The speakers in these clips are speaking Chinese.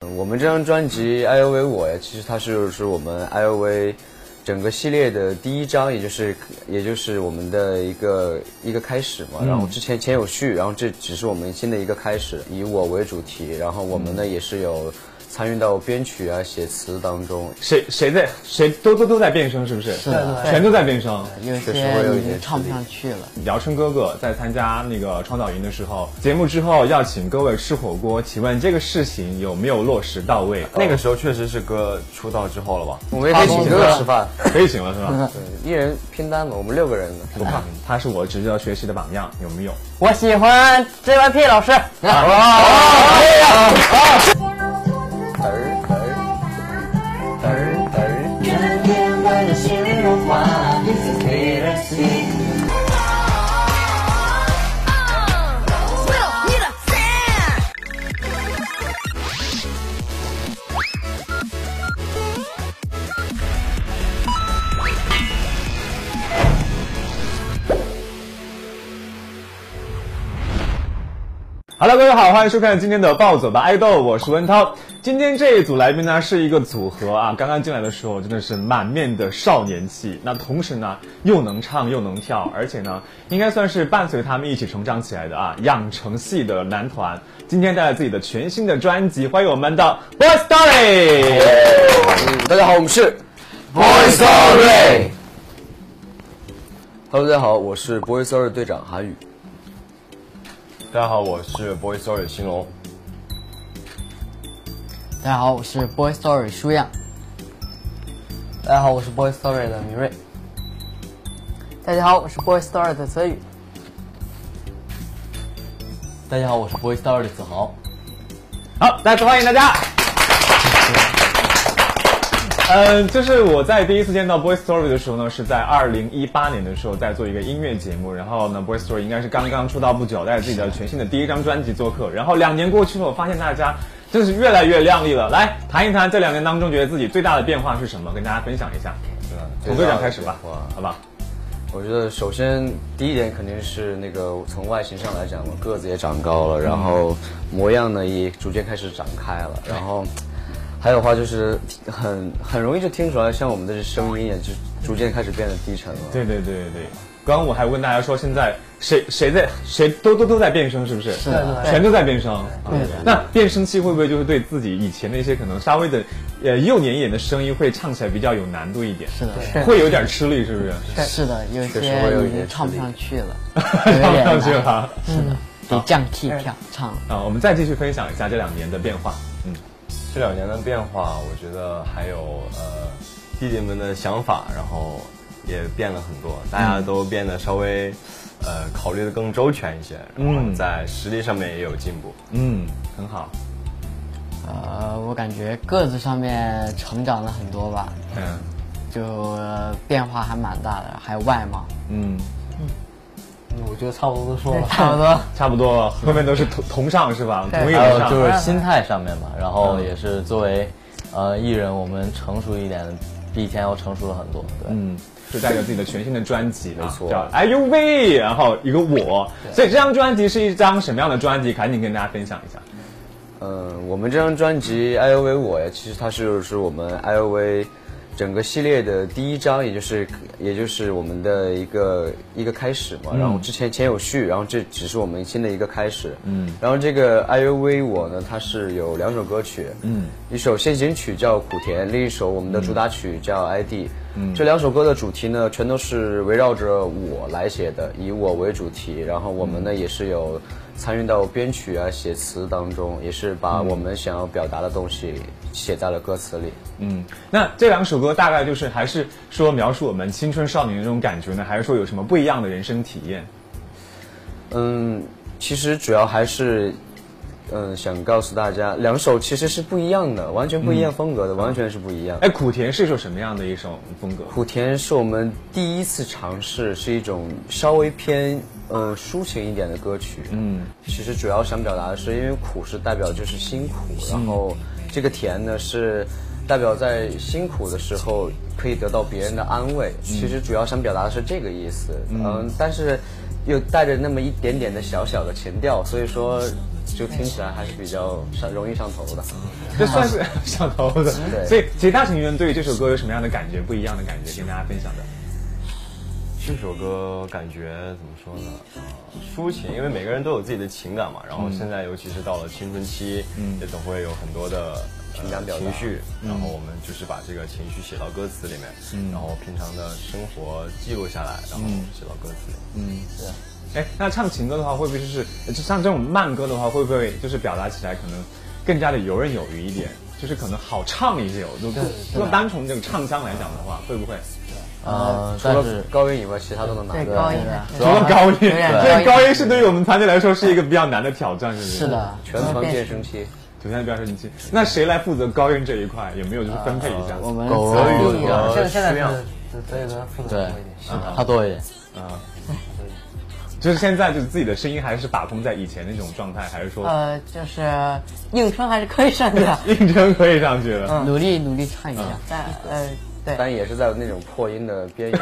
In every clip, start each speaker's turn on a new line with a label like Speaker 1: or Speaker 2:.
Speaker 1: 嗯我们这张专辑《I O V 我》呀，其实它是是我们 I O V 整个系列的第一章，也就是也就是我们的一个一个开始嘛。然后之前前有序，然后这只是我们新的一个开始，以我为主题，然后我们呢也是有参与到编曲啊、写词当中，
Speaker 2: 谁谁在谁都都都在变声，是不是？是全都在变声。
Speaker 3: 有
Speaker 1: 确实会有一
Speaker 3: 些已
Speaker 1: 些
Speaker 3: 经唱
Speaker 1: 吃
Speaker 3: 不
Speaker 1: 力
Speaker 3: 上去了。
Speaker 2: 姚琛哥哥在参加那个创造营的时候，节目之后要请各位吃火锅，请问这个事情有没有落实到位？
Speaker 4: 呃那个时候确实是哥出道之后了吧？
Speaker 1: 我们也可以请哥哥吃饭，
Speaker 2: 可以请了是吧？
Speaker 1: 一人拼单嘛，我们六个人的。
Speaker 2: 不怕，他是我值得学习的榜样，有没有？
Speaker 3: 我喜欢 JYP 老师，
Speaker 4: 啊
Speaker 1: 嘚儿嘚儿嘚儿嘚儿。
Speaker 5: We don't need a fan.
Speaker 2: 好了，各位好，欢迎收看今天的《暴走吧爱豆》，我是文涛。今天这一组来宾呢是一个组合啊，刚刚进来的时候真的是满面的少年气，那同时呢又能唱又能跳，而且呢应该算是伴随他们一起成长起来的啊，养成系的男团。今天带来自己的全新的专辑，欢迎我们的 Boy Story。
Speaker 1: 大家好，我们是
Speaker 4: Boy Story。
Speaker 1: Hello，大家好，我是 Boy Story 队长韩宇。
Speaker 4: 大家好，我是 Boy Story 兴隆。
Speaker 3: 大家好，我是 Boy Story 舒漾。大家好，我是 Boy Story 的明瑞。大家好，我是 Boy Story 的泽宇。
Speaker 4: 大家好，我是 Boy Story 的子豪。
Speaker 2: 好，再次欢迎大家。嗯，就是我在第一次见到 Boy Story 的时候呢，是在二零一八年的时候，在做一个音乐节目。然后呢，Boy Story 应该是刚刚出道不久，带着自己的全新的第一张专辑做客。然后两年过去了，我发现大家真的是越来越靓丽了。来谈一谈这两年当中，觉得自己最大的变化是什么？跟大家分享一下。从队长开始吧
Speaker 1: 最大的变化，
Speaker 2: 好吧？
Speaker 1: 我觉得首先第一点肯定是那个从外形上来讲嘛，个子也长高了，然后模样呢也逐渐开始长开了，然后还有话就是很很容易就听出来，像我们的声音也就逐渐开始变得低沉了。
Speaker 2: 对对对对对。刚刚我还问大家说，现在谁谁在谁都都都在变声，是不是？是
Speaker 3: 的
Speaker 2: 全都在变声。对那变声期会不会就是对自己以前的一些可能稍微的，呃，幼年一点的声音会唱起来比较有难度一点？
Speaker 3: 是的是的
Speaker 2: 会有点吃力，是不是？
Speaker 3: 是的，有
Speaker 1: 确
Speaker 3: 些
Speaker 1: 实会有一
Speaker 3: 已
Speaker 1: 些
Speaker 3: 经唱不
Speaker 1: 吃力
Speaker 3: 上去 了， 有
Speaker 2: 唱不
Speaker 3: 点
Speaker 2: 上去
Speaker 3: 难，
Speaker 2: 了。
Speaker 3: 得降 key 跳唱。
Speaker 2: 啊，我们再继续分享一下这两年的变化。嗯，
Speaker 4: 这两年的变化，我觉得还有呃，弟弟们的想法，然后也变了很多，大家都变得稍微呃考虑的更周全一些，然后
Speaker 2: 嗯
Speaker 4: 在实力上面也有进步。
Speaker 2: 嗯，很好。
Speaker 3: 呃，我感觉个子上面成长了很多吧，
Speaker 2: 嗯
Speaker 3: 就、呃变化还蛮大的，还有外貌，。
Speaker 2: 嗯，
Speaker 6: 我觉得差不多都说了
Speaker 3: 差不多。
Speaker 2: 差不多了，后面都是同同上是吧？同一
Speaker 7: 还
Speaker 2: 个
Speaker 7: 有
Speaker 2: 上。
Speaker 7: 呃就是心态上面嘛，然后也是作为呃艺人，我们成熟一点，比以前要成熟了很多。对，
Speaker 2: 嗯，是带着自己的全新的专辑啊，
Speaker 1: 没错
Speaker 2: 叫《哎呦喂》，然后一个我，所以这张专辑是一张什么样的专辑？赶紧跟大家分享一下。
Speaker 1: 呃，我们这张专辑《I O V 我》呀，其实它是是我们 I O V 整个系列的第一章，也就是也就是我们的一个一个开始嘛。然后之前前有序，然后这只是我们新的一个开始。嗯。然后这个《I O V 我》呢，它是有两首歌曲，嗯，一首先行曲叫《苦甜》，另一首我们的主打曲叫《ID》。嗯，这两首歌的主题呢，全都是围绕着我来写的，以我为主题。然后我们呢，也是有参与到编曲啊、写词当中，也是把我们想要表达的东西写在了歌词里。
Speaker 2: 嗯，那这两首歌大概就是还是说描述我们青春少年的这种感觉呢，还是说有什么不一样的人生体验？
Speaker 1: 嗯，其实主要还是，嗯，想告诉大家，两首其实是不一样的，完全不一样风格的，完全是不一样。
Speaker 2: 哎，苦甜是一首什么样的一种风 格？
Speaker 1: 苦甜是我们第一次尝试，是一种稍微偏呃抒情一点的歌曲。嗯，其实主要想表达的是，因为苦是代表就是辛苦，然后这个甜呢是代表在辛苦的时候可以得到别人的安慰。其实主要想表达的是这个意思。嗯，但是又带着那么一点点的小小的情调，所以说就听起来还是比较上容易上头的。
Speaker 2: 这算是上头的。
Speaker 1: 对
Speaker 2: 所以其他成员对于这首歌有什么样的感觉？不一样的感觉，跟大家分享的。
Speaker 4: 这首歌感觉怎么说呢？呃抒情，因为每个人都有自己的情感嘛。然后现在尤其是到了青春期，也总会有很多的呃
Speaker 1: 情感表达
Speaker 4: 情绪。然后我们就是把这个情绪写到歌词里面，然后平常的生活记录下来，然后写到歌词里。
Speaker 2: 哎，那唱情歌的话，会不会就是呃就像这种慢歌的话，会不会就是表达起来可能更加的游刃有余一点？就是可能好唱一些，我就如果单从这个唱腔来讲的话，会不会？
Speaker 7: 呃，
Speaker 1: 除
Speaker 7: 但
Speaker 1: 了
Speaker 7: 是
Speaker 1: 高音以外，其他都能拿
Speaker 3: 对
Speaker 1: 得
Speaker 3: 高音
Speaker 1: 对
Speaker 3: 的，
Speaker 2: 除了高音，
Speaker 3: 有点高
Speaker 2: 对
Speaker 3: 音
Speaker 2: 高音是对于我们团队来说是一个比较难的挑战，是不是？
Speaker 3: 是。的，呃
Speaker 1: 全团变声期，
Speaker 2: 首先不要生气，那谁来负责高音这一块？有没有就是分配一
Speaker 3: 呃
Speaker 2: 下？
Speaker 7: 我们
Speaker 3: 狗
Speaker 7: 泽宇
Speaker 3: 狗
Speaker 7: 和
Speaker 6: 现在现在
Speaker 7: 舒漾
Speaker 6: 是是德语伦负责
Speaker 7: 对
Speaker 6: 多一点，，
Speaker 7: 是的，他多一点。
Speaker 2: 就是现在就是自己的声音还是把控在以前那种状态，还是说
Speaker 3: 呃，就是硬撑还是可以上的，
Speaker 2: 硬撑可以上去了？
Speaker 1: 嗯
Speaker 3: 努力努力唱一下，但呃对，
Speaker 1: 但也是在那种破音的 边缘。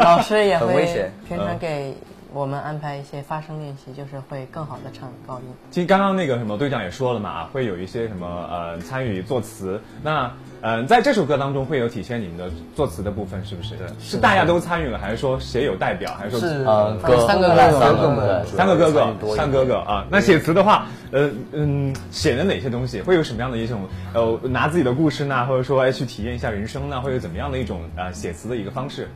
Speaker 3: 老师也
Speaker 1: 很危嗯
Speaker 3: 会
Speaker 1: 险
Speaker 3: 平常给我们安排一些发声练习，就是会更好的唱高音。
Speaker 2: 其实刚刚那个什么队长也说了嘛，啊，会有一些什么呃参与作词。那呃，在这首歌当中会有体现你们的作词的部分，是不是？对，是大家都参与了，还是说谁有代表，还是说
Speaker 6: 是
Speaker 7: 呃，
Speaker 6: 反正
Speaker 7: 哥
Speaker 3: 三个哥
Speaker 7: 三个
Speaker 1: 哥
Speaker 7: 对
Speaker 1: 们
Speaker 2: 三个哥
Speaker 1: 主要是参
Speaker 2: 哥
Speaker 1: 与多，一点
Speaker 2: 三哥哥啊。那写词的话，呃嗯，写了哪些东西？会有什么样的一种呃，拿自己的故事呢，或者说哎去体验一下人生呢，会有怎么样的一种呃写词的一个方式？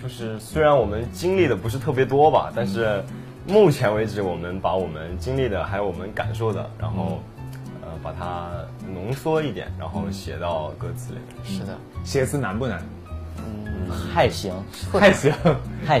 Speaker 4: 就是虽然我们经历的不是特别多吧，但是目前为止，我们把我们经历的还有我们感受的，然后呃把它浓缩一点，然后写到歌词里面。
Speaker 7: 是的，
Speaker 2: 写词难不难？
Speaker 7: 还行，
Speaker 2: 太行，
Speaker 7: 还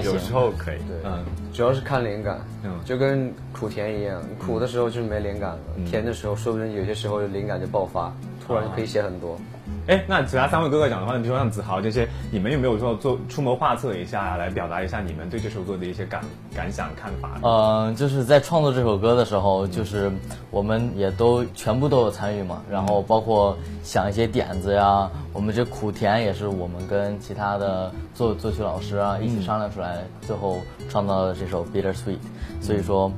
Speaker 7: 行
Speaker 4: 有。时候可以，对
Speaker 2: 嗯，
Speaker 1: 主要是看灵感
Speaker 2: 嗯，
Speaker 1: 就跟苦甜一样，
Speaker 8: 嗯
Speaker 1: 苦的时候就是没灵感了，甜的时候说不定有些时候灵感就爆发，突
Speaker 8: 啊
Speaker 1: 然就可以写很多。
Speaker 2: 哎，那其他三位哥哥讲的话，比如说像子豪这些，你们有没有说做出谋划策一下，来表达一下你们对这首歌的一些感感想、看法？
Speaker 7: 呃，就是在创作这首歌的时候，就是我们也都全部都有参与嘛，然后包括想一些点子呀，我们这苦甜也是我们跟其他的作作曲老师啊一起商量出来，最后创造了这首《Bitter Sweet》，所以说，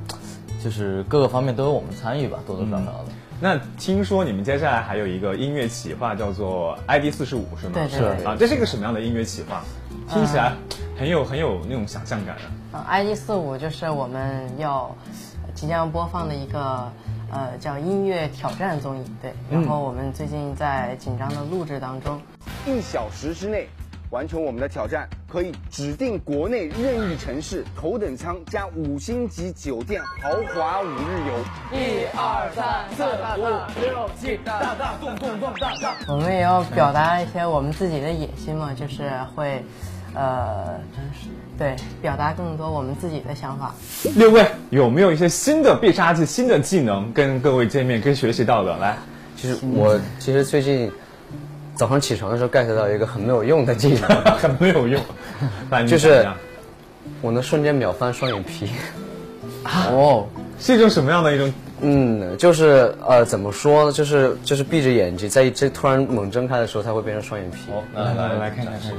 Speaker 7: 就是各个方面都有我们参与吧，多多少少的。
Speaker 2: 那听说你们接下来还有一个音乐企划，叫做 ID 四十五，是吗？
Speaker 3: 对对是对
Speaker 2: 啊，这是一个什么样的音乐企划？听起来很有很有那种想象感啊。
Speaker 3: 呃，ID 四五就是我们要即将播放的一个呃叫音乐挑战综艺，对。然后我们最近在紧张的录制当中，
Speaker 8: 一小时之内完成我们的挑战，可以指定国内任意城市头等舱加五星级酒店豪华五日游。
Speaker 3: 我们也要表达一些我们自己的野心嘛，就是会呃对表达更多我们自己的想法。
Speaker 2: 六位有没有一些新的必杀技、新的技能跟各位见面、跟学习到的？来，
Speaker 1: 其实我其实最近早上起床的时候 get 到一个很没有用的技能，
Speaker 2: 很没有用， 来，你
Speaker 1: 就是
Speaker 2: 讲一讲
Speaker 1: 我能瞬间秒翻双眼皮。
Speaker 7: 哦，
Speaker 2: 是一种什么样的一种
Speaker 1: 嗯，就是呃，怎么说呢？就是就是闭着眼睛，在一这突然猛睁开的时候，它会变成双眼皮。
Speaker 2: 哦来来来看一下，看一下，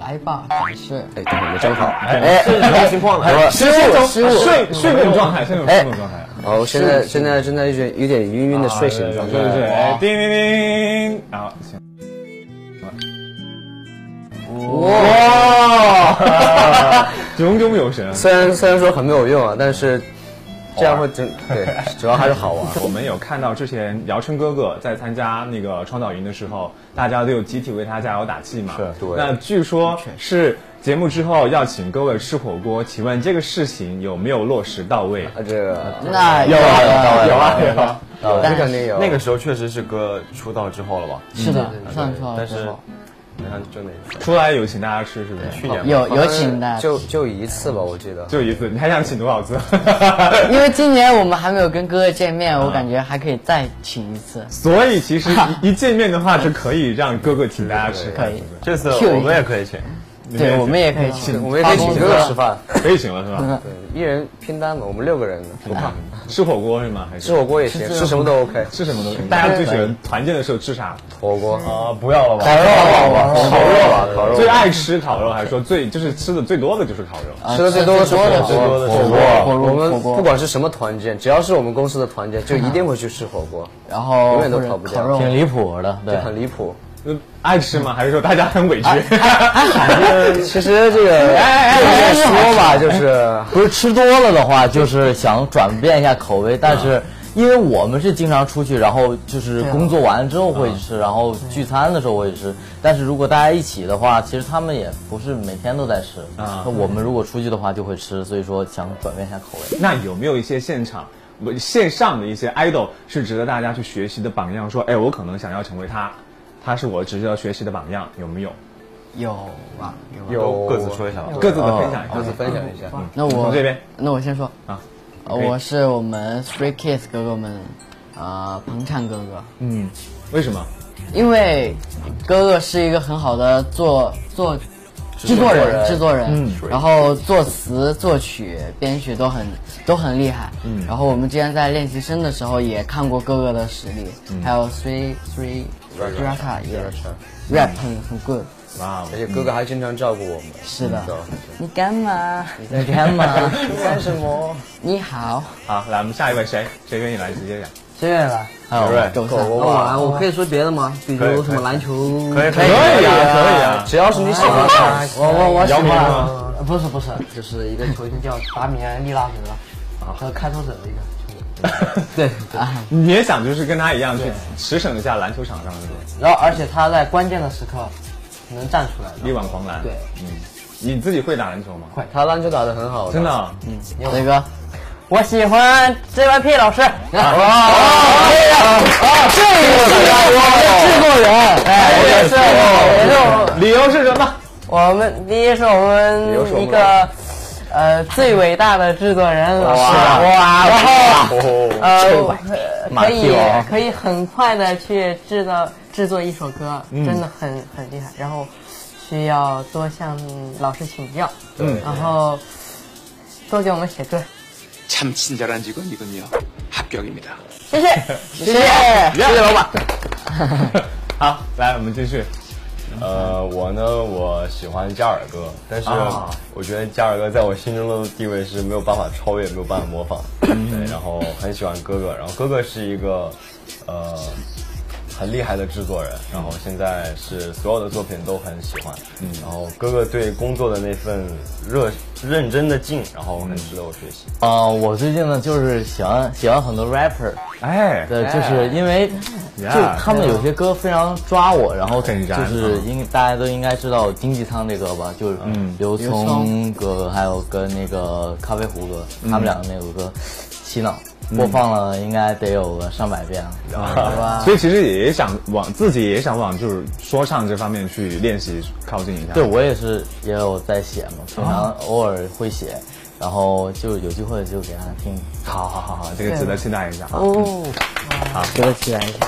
Speaker 3: 来吧，展示。
Speaker 1: 哎，对，我没睁好。哎，是什么情况呢？
Speaker 2: 是一种睡睡梦状态，是一种睡梦状态。
Speaker 1: 哦，现在现在现在有点有点晕晕的睡醒
Speaker 2: 对
Speaker 1: 状
Speaker 2: 对对，
Speaker 1: 态。哦
Speaker 2: 哎，叮叮叮，然后行。 哇，炯炯有神。啊
Speaker 1: 虽然虽然说很没有用啊，但是这样会整对，主要还是好玩。
Speaker 2: 我们有看到之前姚琛哥哥在参加那个创造营的时候，大家都有集体为他加油打气嘛。
Speaker 1: 是对
Speaker 2: 那据说是节目之后要请各位吃火锅，请问这个事情有没有落实到位？
Speaker 1: 啊，这个
Speaker 3: 那
Speaker 2: 有啊有啊有啊。
Speaker 1: 有这肯定有。
Speaker 4: 那个时候确实是歌出道之后了吧？
Speaker 7: 是的，
Speaker 3: 上错
Speaker 4: 但
Speaker 3: 了之
Speaker 4: 是
Speaker 3: 后，
Speaker 4: 好像就那一次，
Speaker 2: 出来有请大家吃是不是？哦
Speaker 4: 去年吧
Speaker 7: 有有请的，
Speaker 1: 就就一次吧，我记得。
Speaker 2: 就一次，你还想请多少次？
Speaker 7: 因为今年我们还没有跟哥哥见面，我感觉还可以再请一次。
Speaker 2: 所以其实一一见面的话是可以让哥哥请大家吃
Speaker 7: 可
Speaker 2: 饭，
Speaker 7: 以
Speaker 2: 是不是
Speaker 4: 这次我们也可以请，
Speaker 2: 你
Speaker 7: 对，
Speaker 2: 也
Speaker 7: 我们也可以去，
Speaker 1: 我们也可以请嗯哥哥吃饭，
Speaker 2: 可以请了是吧？
Speaker 1: 对，一人拼单嘛，我们六个人呢，不怕，
Speaker 2: 吃火锅是吗？还是
Speaker 1: 吃火锅也行，吃什么都 OK，
Speaker 2: 吃什么都行。大家最喜欢团建的时候吃啥？
Speaker 1: 火锅
Speaker 4: 啊，不要了吧，
Speaker 1: 烤肉啊，烤肉
Speaker 2: 最爱吃烤肉，还是说最就是吃的最多的就是烤肉。
Speaker 1: 啊吃的最多的是火
Speaker 7: 的
Speaker 1: 锅，
Speaker 4: 多的是火锅
Speaker 7: 火锅
Speaker 1: 我们
Speaker 7: 火锅嗯
Speaker 1: 不管是什么团建，只要是我们公司的团建，就一定会去吃火锅，
Speaker 7: 然后
Speaker 1: 永远都逃不掉
Speaker 7: 或者烤肉挺离谱的，对
Speaker 1: 就，很离谱。
Speaker 2: 嗯爱吃吗？还是说大家很委屈？
Speaker 1: 其实这个
Speaker 7: 嗯哎哎哎
Speaker 1: 说吧，就是
Speaker 7: 不是吃多了的话，就是想转变一下口味，但是因为我们是经常出去，然后就是工作完之后会吃，然后聚餐的时候会吃。但是如果大家一起的话，其实他们也不是每天都在吃。
Speaker 2: 啊
Speaker 7: 那我们如果出去的话就会吃，所以说想转变一下口 味。
Speaker 2: 那有没有一些现场、不线上的一些 idol 是值得大家去学习的榜样？说，哎，我可能想要成为他，他是我值得学习的榜样，有没有？
Speaker 6: 有啊，有啊。
Speaker 1: 有
Speaker 4: 各自说一下吧。
Speaker 2: 各自的分享一下。嗯
Speaker 1: 各自分享一下。
Speaker 6: 那
Speaker 2: 从
Speaker 6: 我
Speaker 2: 这边
Speaker 6: 那我先说
Speaker 2: 啊，
Speaker 6: 呃
Speaker 2: 可以
Speaker 6: 我是我们 Stray Kids 哥哥们，啊、彭灿哥哥，
Speaker 2: 嗯，为什么？
Speaker 6: 因为哥哥是一个很好的作作制作人，制作人，
Speaker 2: 嗯
Speaker 6: 然后作词、作曲、编曲都很都很厉害。嗯，然后我们之前在练习生的时候也看过哥哥的实力，
Speaker 2: 嗯
Speaker 6: 还有 Three Three Raka 也 rap 很很 good。
Speaker 2: 哇哦
Speaker 1: 而，且哥哥还经常照顾我们，
Speaker 6: 是的
Speaker 1: 你
Speaker 2: 嗯
Speaker 1: 知道吗
Speaker 6: 你干嘛？
Speaker 7: 那天嘛，
Speaker 6: 你好，
Speaker 2: 好，来，我们下一位谁？谁愿意来？直接讲。
Speaker 6: 谢谢了。
Speaker 7: 还有
Speaker 6: 狗狗我啊，我可以说别的吗？比如什么篮球？可以
Speaker 2: 可以啊，可以啊。
Speaker 1: 只要是你喜
Speaker 7: 哎
Speaker 1: 欢他，
Speaker 6: 我我我喜
Speaker 2: 姚明
Speaker 6: 欢
Speaker 3: 啊
Speaker 2: 吗
Speaker 1: 啊
Speaker 6: 呃不是不是，就是一个球星叫达米安利拉
Speaker 1: 啊
Speaker 6: 德，和开拓者的一个球队。对啊，
Speaker 2: 你也想就是跟他一样去驰骋一下篮球场上是吧？
Speaker 6: 然后而且他在关键的时刻能站出来的。
Speaker 2: 力挽狂澜。
Speaker 6: 对，
Speaker 2: 嗯，你自己会打篮球吗？
Speaker 1: 他篮球打得很好，啊
Speaker 2: 真的啊。
Speaker 6: 雷哥，我喜欢 JYP 老师。
Speaker 3: 啊
Speaker 1: 哦
Speaker 3: 哎
Speaker 1: 也哦
Speaker 3: 哎
Speaker 1: 哎是哦我
Speaker 2: 理由是什么？
Speaker 3: 我们第一是我
Speaker 1: 由是我
Speaker 3: 们
Speaker 1: 们
Speaker 3: 一个呃最伟大的制作人老师，
Speaker 1: 哇
Speaker 3: 哇，然后
Speaker 1: 哦，
Speaker 3: 呃
Speaker 7: 马
Speaker 3: 可
Speaker 7: 屁
Speaker 3: 以
Speaker 7: 王
Speaker 3: 可以很快的去制造制作一首歌，
Speaker 1: 嗯
Speaker 3: 真的很很厉害。然后需要多向老师请教，
Speaker 1: 嗯
Speaker 3: 然后多给我们写歌，
Speaker 9: 참 친절한 직원이군요. 합격입니다.
Speaker 3: 谢谢谢谢。
Speaker 2: 谢谢老板。好，来，我们继续。
Speaker 4: 呃，我呢，我喜欢加尔哥，但是
Speaker 2: 啊
Speaker 4: 我觉得加尔哥在我心中的地位是没有办法超越，没有办法模仿。
Speaker 2: 嗯
Speaker 4: 对，然后很喜欢哥哥，然后哥哥是一个呃很厉害的制作人，然后现在是所有的作品都很喜欢。嗯，然后哥哥对工作的那份热认真的劲，然后很值得我学习。
Speaker 2: 嗯
Speaker 7: 啊，我最近呢就是喜欢喜欢很多 rapper，
Speaker 2: 哎，
Speaker 7: 对，就是因为
Speaker 2: Yeah
Speaker 7: 就他们有些歌非常抓我，然后
Speaker 2: 很燃啊
Speaker 7: 就是应大家都应该知道经济舱这歌吧，就是
Speaker 2: 嗯
Speaker 7: 刘聪哥还有跟那个咖啡壶哥，他
Speaker 2: 嗯
Speaker 7: 们两个那首歌洗脑。播放了应该得有个上百遍了，
Speaker 2: 哎所以其实也想往自己也想往就是说唱这方面去练习靠近一下。
Speaker 7: 对，我也是也有在写嘛，平常
Speaker 2: 啊
Speaker 7: 偶尔会写，然后就有机会就给他听。
Speaker 2: 好好好好，这个值得期待一下。
Speaker 7: 哦，好，
Speaker 2: 啊
Speaker 7: 值得期待一下。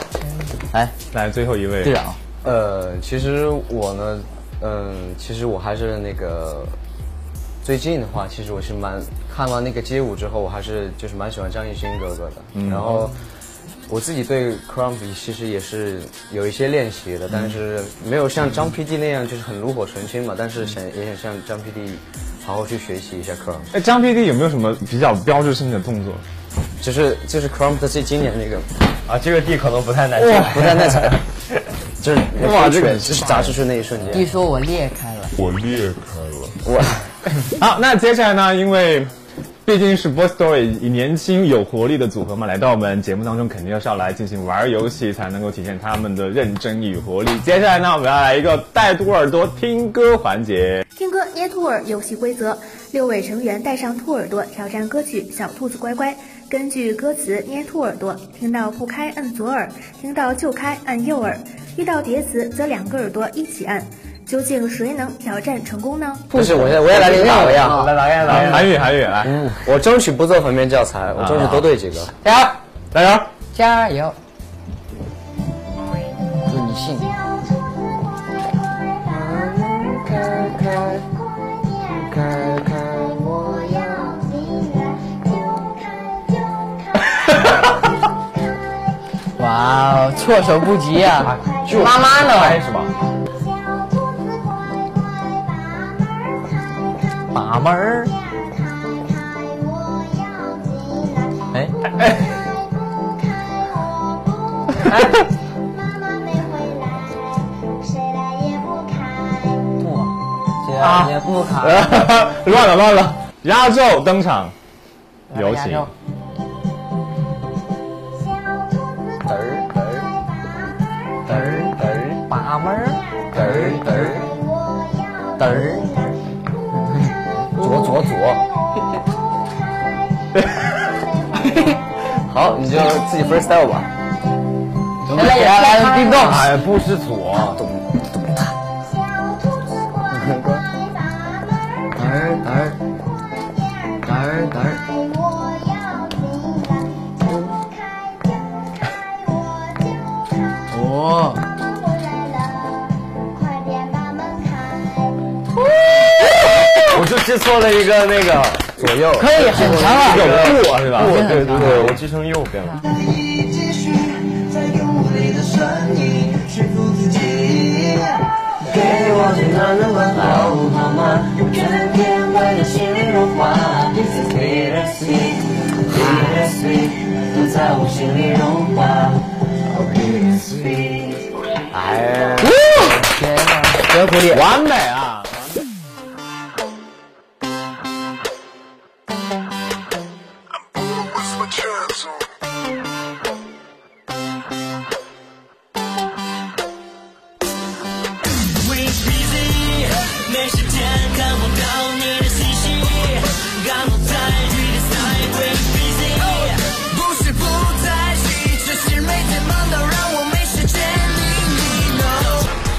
Speaker 7: 哎，
Speaker 2: 来，最后一位
Speaker 7: 队长，
Speaker 1: 呃，其实我呢，嗯、其实我还是那个，最近的话，其实我是蛮看完那个街舞之后，我还是就是蛮喜欢张艺兴哥哥的。
Speaker 4: 嗯
Speaker 1: 然后我自己对 Crumpy 其实也是有一些练习
Speaker 4: 嗯
Speaker 1: 的，但是没有像张 PD 那样就是很炉火纯青嘛，但是想
Speaker 4: 嗯
Speaker 1: 也想像张 PD 好好去学习一下 Crump。
Speaker 2: 哎，张 PD 有没有什么比较标志性的动作？
Speaker 1: 就是就是 Crump 的这今年那个
Speaker 4: 啊，这个地可能不太难接。
Speaker 1: 不在那 踩，就是
Speaker 2: 哇这个
Speaker 1: 就是砸出去那一瞬间，
Speaker 6: 一说我裂开了，
Speaker 1: 我。
Speaker 2: 好，那接下来呢，因为。毕竟是 Boy Story 以年轻有活力的组合嘛，来到我们节目当中，肯定要上来进行玩游戏，才能够体现他们的认真与活力。接下来呢，我们要来一个带兔耳朵听歌环节。
Speaker 10: 听歌捏兔耳游戏规则：六位成员戴上兔耳朵挑战歌曲《小兔子乖乖》，根据歌词捏兔耳朵，听到不开按左耳，听到就开按右耳，遇到叠词则两个耳朵一起按。究竟谁能挑战成功呢？
Speaker 1: 不是，我也我也来给你打个样，来来
Speaker 2: 好韩语，韩语来，
Speaker 1: 我争取不做反面教材，我争取多对几个。
Speaker 6: 加油
Speaker 2: 加油！
Speaker 6: 加油！祝你幸运。
Speaker 7: 呦，哦措手不及呀、
Speaker 2: 就
Speaker 7: 妈妈
Speaker 2: 拍
Speaker 7: 呢？
Speaker 2: 是吧？
Speaker 11: 把门儿。哎，
Speaker 7: 这样也不卡。
Speaker 2: 乱了乱了， 压轴登场，有
Speaker 3: 压
Speaker 2: 请
Speaker 3: 轴
Speaker 1: 嘚儿嘚儿嘚儿嘚儿
Speaker 7: 把门儿，
Speaker 1: 啊嘚儿嘚儿
Speaker 7: 嘚儿，
Speaker 1: 左左左。 好，你就自己 freestyle 吧。
Speaker 7: 来来来来，冰冻，
Speaker 12: 哎，不是左，
Speaker 1: 嘚儿嘚儿嘚儿嘚儿。
Speaker 7: 哦，
Speaker 12: 我就记错了一个那个左右，
Speaker 7: 可以，很强
Speaker 2: 有
Speaker 7: 了。
Speaker 2: 布啊是吧？
Speaker 7: 对
Speaker 12: 对对对，我记成右边了。
Speaker 7: 天呐，德普里，
Speaker 2: 完美啊！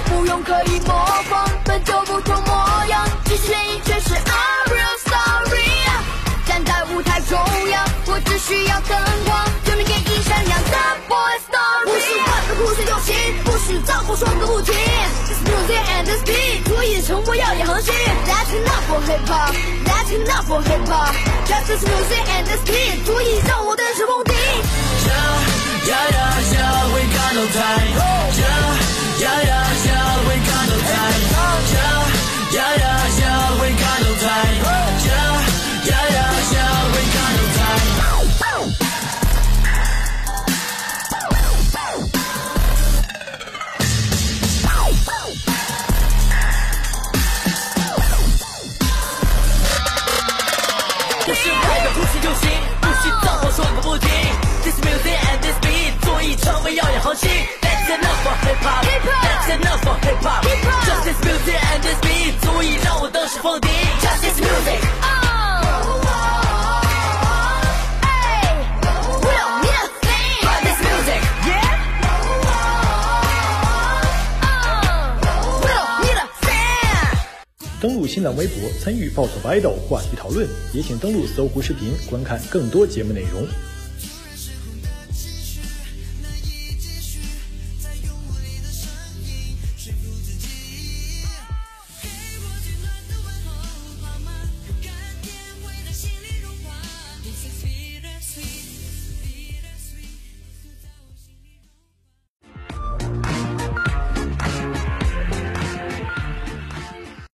Speaker 5: 不用刻意模仿，本就不同模样。只是原因却是 I'm real sorry 啊。站在舞台中央，我只需要灯光，证明给一闪亮。That boy story。不啊是换个故事用心，不许张口说个不停。This music and this beat，足以成我耀眼恒星。That's enough for hip hop。That's enough for hip hop。Just this music and this beat，足以让我登上峰顶。
Speaker 13: 不是为了不是用心，不许造我说个不停。This music and this beat，足以成为耀眼恒星。That's enough for hip hop。That's enough for hip hop。Just this music and this beat，足以让我登上峰顶。Just this music。
Speaker 4: 登录新浪微博参与 BOSS of idol 话题讨论，也请登录搜狐视频观看更多节目内容。